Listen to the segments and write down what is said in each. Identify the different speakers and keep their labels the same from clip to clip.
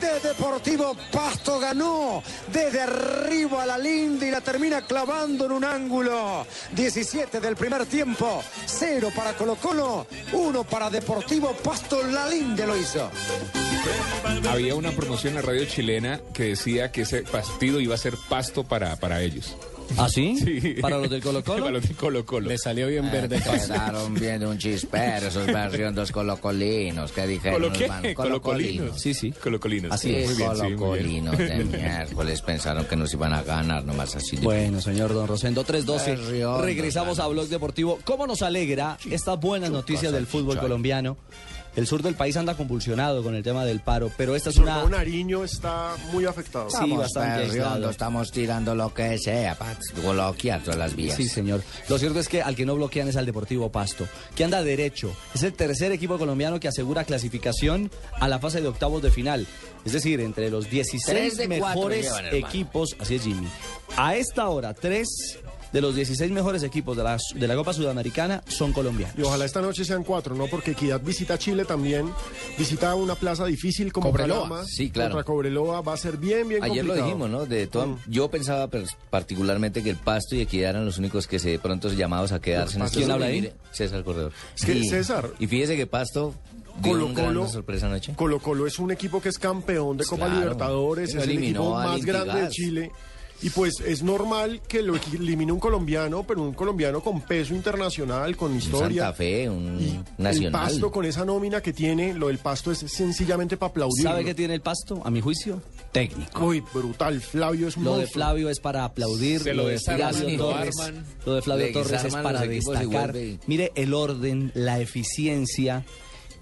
Speaker 1: Deportivo Pasto ganó desde arriba a la linda y la termina clavando en un ángulo. 17 del primer tiempo, 0 para Colo Colo, 1 para Deportivo Pasto, la linda lo hizo.
Speaker 2: Había una promoción en la radio chilena que decía que ese partido iba a ser pasto para, para ellos.
Speaker 3: ¿Ah, sí? ¿Para los del Ah. Colo Colo?
Speaker 2: Para los del Colo Colo.
Speaker 3: Le salió bien verde.
Speaker 4: Quedaron viendo un chispero esos barrios colocolinos que dijeron.
Speaker 2: ¿Colo qué?
Speaker 4: los man-
Speaker 2: Colocolinos.
Speaker 3: Sí, sí.
Speaker 2: Colocolinos.
Speaker 3: Así
Speaker 2: Sí,
Speaker 3: es.
Speaker 2: muy bien, sí, muy bien.
Speaker 4: colocolinos de miércoles pensaron que nos iban a ganar nomás así. de-
Speaker 3: Bueno, señor Don Rosendo, 312.
Speaker 4: Berriondo,
Speaker 3: Regresamos a Blog Deportivo. ¿Cómo nos alegra estas buenas noticias del fútbol colombiano? El sur del país anda convulsionado con el tema del paro, pero esta es una...
Speaker 5: Sorbo Nariño está muy afectado.
Speaker 3: Sí,
Speaker 4: Estamos
Speaker 3: bastante
Speaker 4: berriondo,
Speaker 3: aislado.
Speaker 4: estamos tirando lo que sea para bloquear todas las vías.
Speaker 3: Sí, señor. Lo cierto es que al que no bloquean es al Deportivo Pasto, que anda derecho. Es el tercer equipo colombiano que asegura clasificación a la fase de octavos de final. Es decir, entre los 16
Speaker 4: Tres de cuatro
Speaker 3: mejores
Speaker 4: llevan, hermano.
Speaker 3: equipos, así es Jimmy. A esta hora, tres de los 16 mejores equipos de la, de la Copa Sudamericana son colombianos.
Speaker 5: Y ojalá esta noche sean cuatro, ¿no? Porque Equidad visita Chile también. Visita una plaza difícil como
Speaker 4: Cobreloa,
Speaker 5: Calama.
Speaker 4: sí, claro.
Speaker 5: Contra Cobreloa va a ser bien, bien
Speaker 4: Ayer lo
Speaker 5: complicado.
Speaker 4: dijimos, ¿no? De toda- yo pensaba pers- particularmente que el Pasto y Equidad eran los únicos que se de pronto llamados a quedarse en
Speaker 3: Pasto.
Speaker 4: este
Speaker 3: ¿Quién habla
Speaker 4: Y
Speaker 3: ahí?
Speaker 4: mire, César Corredor.
Speaker 5: Es que César-
Speaker 4: Y fíjese que Pasto dio
Speaker 5: Colo
Speaker 4: un gran-
Speaker 5: Colo,
Speaker 4: una sorpresa anoche.
Speaker 5: Colo Colo es un equipo que es campeón de Copa
Speaker 4: Claro.
Speaker 5: Libertadores,
Speaker 4: Lo
Speaker 5: es el
Speaker 4: eliminó
Speaker 5: equipo
Speaker 4: al
Speaker 5: más grande de
Speaker 4: Intigas.
Speaker 5: Chile. Y pues es normal que lo equi- elimine un colombiano, pero un colombiano con peso internacional, con
Speaker 4: Un
Speaker 5: historia.
Speaker 4: Santa Fe, un
Speaker 5: Y El
Speaker 4: nacional.
Speaker 5: pasto con esa nómina que tiene, lo del pasto es sencillamente para aplaudir.
Speaker 3: ¿Sabe qué tiene el Pasto, a mi juicio? Técnico.
Speaker 5: Uy, brutal. Flavio es un
Speaker 3: Lo de
Speaker 5: monstruo.
Speaker 3: Flavio es para aplaudir,
Speaker 2: Se
Speaker 3: lo,
Speaker 2: lo
Speaker 3: de
Speaker 2: desarman
Speaker 3: Flavio
Speaker 4: y lo
Speaker 3: Torres,
Speaker 2: arman.
Speaker 3: lo de Flavio
Speaker 4: Le
Speaker 3: Torres es
Speaker 4: desarman
Speaker 3: para
Speaker 4: los equipos y
Speaker 3: destacar.
Speaker 4: vuelve.
Speaker 3: Mire el orden, la eficiencia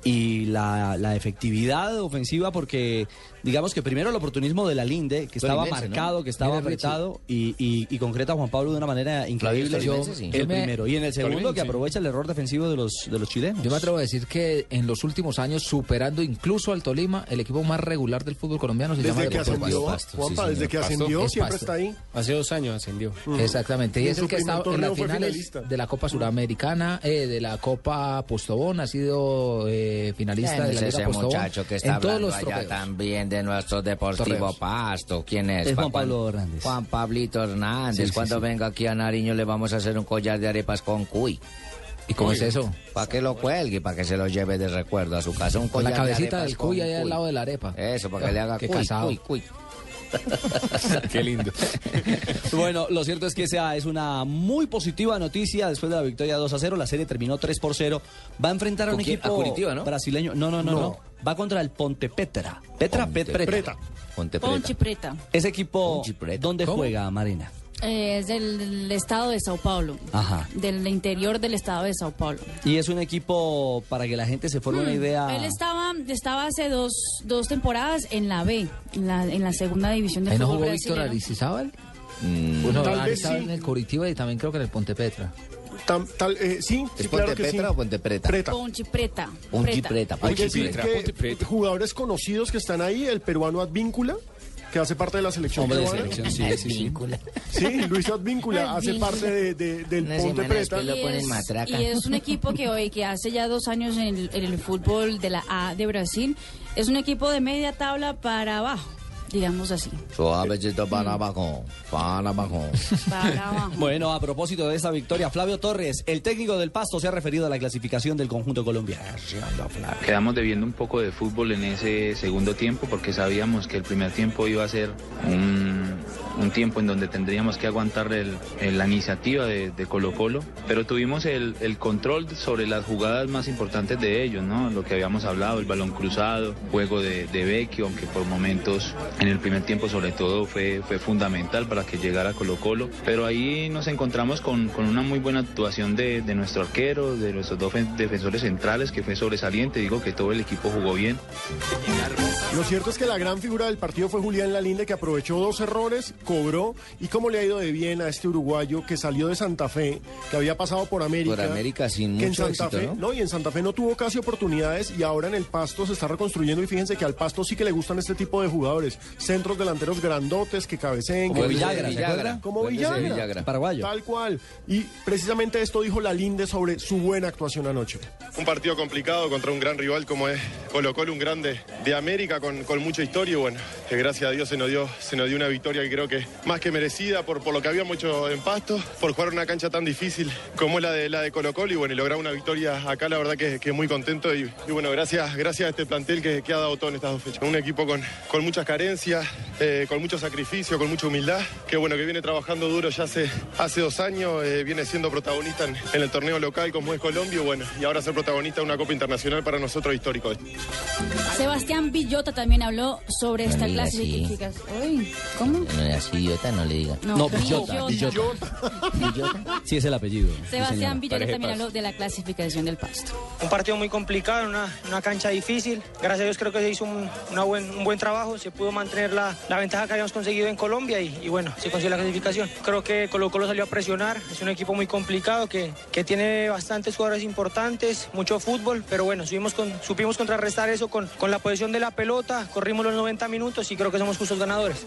Speaker 3: y la, la efectividad ofensiva porque digamos que primero el oportunismo de la Linde que estaba
Speaker 4: Tolimense, ¿no?
Speaker 3: marcado, que estaba
Speaker 4: Mire, Richie.
Speaker 3: apretado y, y- y concreta a Juan Pablo de una manera increíble
Speaker 4: Flavio Tolimense, sí.
Speaker 3: el
Speaker 6: Yo me-
Speaker 3: primero y en el segundo
Speaker 2: Tolimense.
Speaker 3: que aprovecha el error defensivo de los de los chilenos.
Speaker 6: Yo me atrevo a decir que en los últimos años, superando incluso al Tolima, el equipo más regular del fútbol colombiano se llama
Speaker 5: Desde que
Speaker 6: Deportivo
Speaker 5: ascendió,
Speaker 6: Pasto.
Speaker 4: Pasto, sí,
Speaker 5: Juanpa, desde
Speaker 4: señor.
Speaker 5: que
Speaker 2: Pasto
Speaker 5: ascendió
Speaker 6: es
Speaker 5: siempre está
Speaker 6: Pasto.
Speaker 5: ahí.
Speaker 7: Hace dos años ascendió.
Speaker 6: Exactamente,
Speaker 5: Y
Speaker 6: y
Speaker 5: en
Speaker 6: es
Speaker 5: su
Speaker 6: el que
Speaker 5: primer
Speaker 6: está en
Speaker 5: torneo
Speaker 6: las
Speaker 5: fue
Speaker 6: finales
Speaker 5: finalista.
Speaker 6: de la Copa Suramericana, eh, de la Copa Postobón, ha sido eh, finalista
Speaker 4: ¿Quién
Speaker 6: de
Speaker 4: es
Speaker 6: la
Speaker 4: ese
Speaker 6: Liga Postobón
Speaker 4: muchacho que está
Speaker 6: en todos
Speaker 4: hablando
Speaker 6: los
Speaker 4: allá
Speaker 6: trofeos.
Speaker 4: también de nuestro Deportivo
Speaker 6: Torreos.
Speaker 4: Pasto? ¿Quién es?
Speaker 3: Es Juan
Speaker 4: Paco?
Speaker 3: Pablo Hernández.
Speaker 4: Juan Pablito Hernández.
Speaker 6: Sí, sí,
Speaker 4: Cuando
Speaker 6: sí.
Speaker 4: venga aquí a Nariño le vamos a hacer un collar de arepas con cuy.
Speaker 6: ¿Y cómo es eso?
Speaker 4: Para que lo cuelgue, para que se lo lleve de recuerdo a su casa. Un
Speaker 6: Con
Speaker 4: collar
Speaker 6: la
Speaker 4: de
Speaker 6: cabecita
Speaker 4: arepas
Speaker 6: del
Speaker 4: con
Speaker 6: cuy allá al lado de la arepa. Ah,
Speaker 4: Eso, para que le haga
Speaker 6: Qué
Speaker 4: cuy,
Speaker 6: casado.
Speaker 4: cuy, cuy.
Speaker 2: Qué lindo.
Speaker 3: Bueno, lo cierto es que esa es una muy positiva noticia después de la victoria 2 a 0. La serie terminó 3 por 0. Va a enfrentar a un
Speaker 4: ¿Con quién?
Speaker 3: equipo
Speaker 4: ¿A Curitiba, no?
Speaker 3: brasileño. No, no, no, no, Va contra el Ponte Petra. Petra,
Speaker 4: Ponte
Speaker 3: Petra.
Speaker 4: Preta. Ponte
Speaker 8: Ponchi
Speaker 4: preta.
Speaker 8: Preta.
Speaker 3: Ese equipo,
Speaker 4: Ponte Preta.
Speaker 3: ¿dónde
Speaker 4: ¿Cómo?
Speaker 3: juega, Marina?
Speaker 8: Eh, es del estado de Sao Paulo.
Speaker 3: Ajá.
Speaker 8: Del interior del estado de Sao Paulo.
Speaker 3: Y es un equipo para que la gente se forme una idea.
Speaker 8: Hmm, Él estaba, estaba hace dos, dos temporadas en la B, en la, en la segunda división de
Speaker 6: ¿Ahí no
Speaker 8: fútbol
Speaker 6: jugó Víctor
Speaker 8: brasileño.
Speaker 6: Aristizábal?
Speaker 4: Mm,
Speaker 6: Pues no,
Speaker 5: Tal vez
Speaker 6: Aristizábal
Speaker 5: sí.
Speaker 6: en el Coritiba y también creo que en el Ponte Petra.
Speaker 5: Tam- tal- eh, sí, sí,
Speaker 4: ¿Es
Speaker 5: claro
Speaker 4: Ponte
Speaker 5: que sí.
Speaker 4: Petra o Ponte Preta?
Speaker 5: Preta.
Speaker 8: Ponchi Preta.
Speaker 4: Ponte
Speaker 8: Preta.
Speaker 4: preta,
Speaker 5: Hay que
Speaker 4: ponte
Speaker 5: decir
Speaker 4: preta.
Speaker 2: Preta, Ponte
Speaker 5: que
Speaker 2: Preta.
Speaker 5: jugadores conocidos que están ahí, el peruano Advíncula, que hace parte de la selección
Speaker 3: Hombre de
Speaker 5: peruana.
Speaker 3: selección, sí, sí, sí.
Speaker 5: Sí, Luis Advíncula hace
Speaker 8: Advíncula.
Speaker 5: parte de- de- del
Speaker 4: Una
Speaker 5: Ponte
Speaker 4: semana
Speaker 5: Preta.
Speaker 4: después lo
Speaker 8: Y
Speaker 4: ponen
Speaker 8: es-
Speaker 4: matraca.
Speaker 8: Y es un equipo que hoy, que hace ya dos años en el, en el fútbol de la A de Brasil, es un equipo de media tabla para abacho, digamos así.
Speaker 4: Suavecito para abajo, para abajo.
Speaker 8: Para abajo.
Speaker 3: Bueno, a propósito de esa victoria, Flavio Torres, el técnico del Pasto, se ha referido a la clasificación del conjunto colombiano.
Speaker 9: Quedamos debiendo un poco de fútbol en ese segundo tiempo porque sabíamos que el primer tiempo iba a ser un, un tiempo en donde tendríamos que aguantar el- el- la iniciativa de, de Colo Colo, pero tuvimos el, el control sobre las jugadas más importantes de ellos, ¿no? lo que habíamos hablado, el balón cruzado, juego de, de Vecchio, aunque por momentos en el primer tiempo sobre todo fue, fue fundamental para que llegara Colo Colo, pero ahí nos encontramos con, con una muy buena actuación de, de nuestro arquero, de nuestros dos fen- defensores centrales, que fue sobresaliente, digo que todo el equipo jugó bien.
Speaker 5: Lo cierto es que la gran figura del partido fue Julián Lalinde, que aprovechó dos errores, cobró. ¿Y cómo le ha ido de bien a este uruguayo que salió de Santa Fe, que había pasado por América?
Speaker 4: Por América sin
Speaker 5: que en
Speaker 4: mucho
Speaker 5: Santa
Speaker 4: éxito,
Speaker 5: Fe,
Speaker 4: ¿no?
Speaker 5: y en Santa Fe no tuvo casi oportunidades y ahora en el Pasto se está reconstruyendo y fíjense que al Pasto sí que le gustan este tipo de jugadores, centros delanteros grandotes que cabeceen,
Speaker 3: Como
Speaker 5: que-
Speaker 3: Villagra, ¿se acuerda?
Speaker 5: Como
Speaker 4: Vuelve ese
Speaker 5: Villagra.
Speaker 4: Villagra.
Speaker 3: Paraguayo.
Speaker 5: Tal cual. Y precisamente esto dijo Lalinde sobre su buena actuación anoche.
Speaker 9: Un partido complicado contra un gran rival como es Colo Colo, un grande de América con, con mucha historia y bueno, que gracias a Dios se nos dio, se nos dio una victoria que creo que más que merecida por, por lo que habíamos hecho en Pasto, por jugar una cancha tan difícil como es la de la de Colo Colo y bueno, y lograr una victoria acá la verdad que, que muy contento y, y bueno, gracias, gracias a este plantel que, que ha dado todo en estas dos fechas. Un equipo con, con muchas carencias, eh, con mucho sacrificio, con mucha humildad, que bueno, que viene trabajando duro ya hace, hace dos años, eh, viene siendo protagonista en, en el torneo local como es Colombia, y bueno, y ahora ser protagonista de una Copa Internacional para nosotros histórico.
Speaker 8: Sebastián Villota también habló sobre esta
Speaker 4: Amiga,
Speaker 8: clasificación. Uy, ¿cómo?
Speaker 4: No es así, idiota, no le diga.
Speaker 3: No, Villota, Villota. Sí, es el apellido. sí, señora.
Speaker 8: Sebastián Villota
Speaker 10: Pareja de
Speaker 8: también
Speaker 10: paso.
Speaker 8: habló de la clasificación del Pasto.
Speaker 6: Un partido muy complicado, una, una cancha difícil. Gracias a Dios creo que se hizo un, una buen, un buen trabajo, se pudo mantener la, la ventaja que habíamos conseguido en Colombia y, y bueno, se consiguió la clasificación. Creo que Colo Colo salió a presionar, es un equipo muy complicado que, que tiene bastantes jugadores importantes, mucho fútbol, pero bueno, subimos con, supimos contrarrestar eso con, con la posición de la pelota, corrimos los 90 minutos y creo que somos justos ganadores.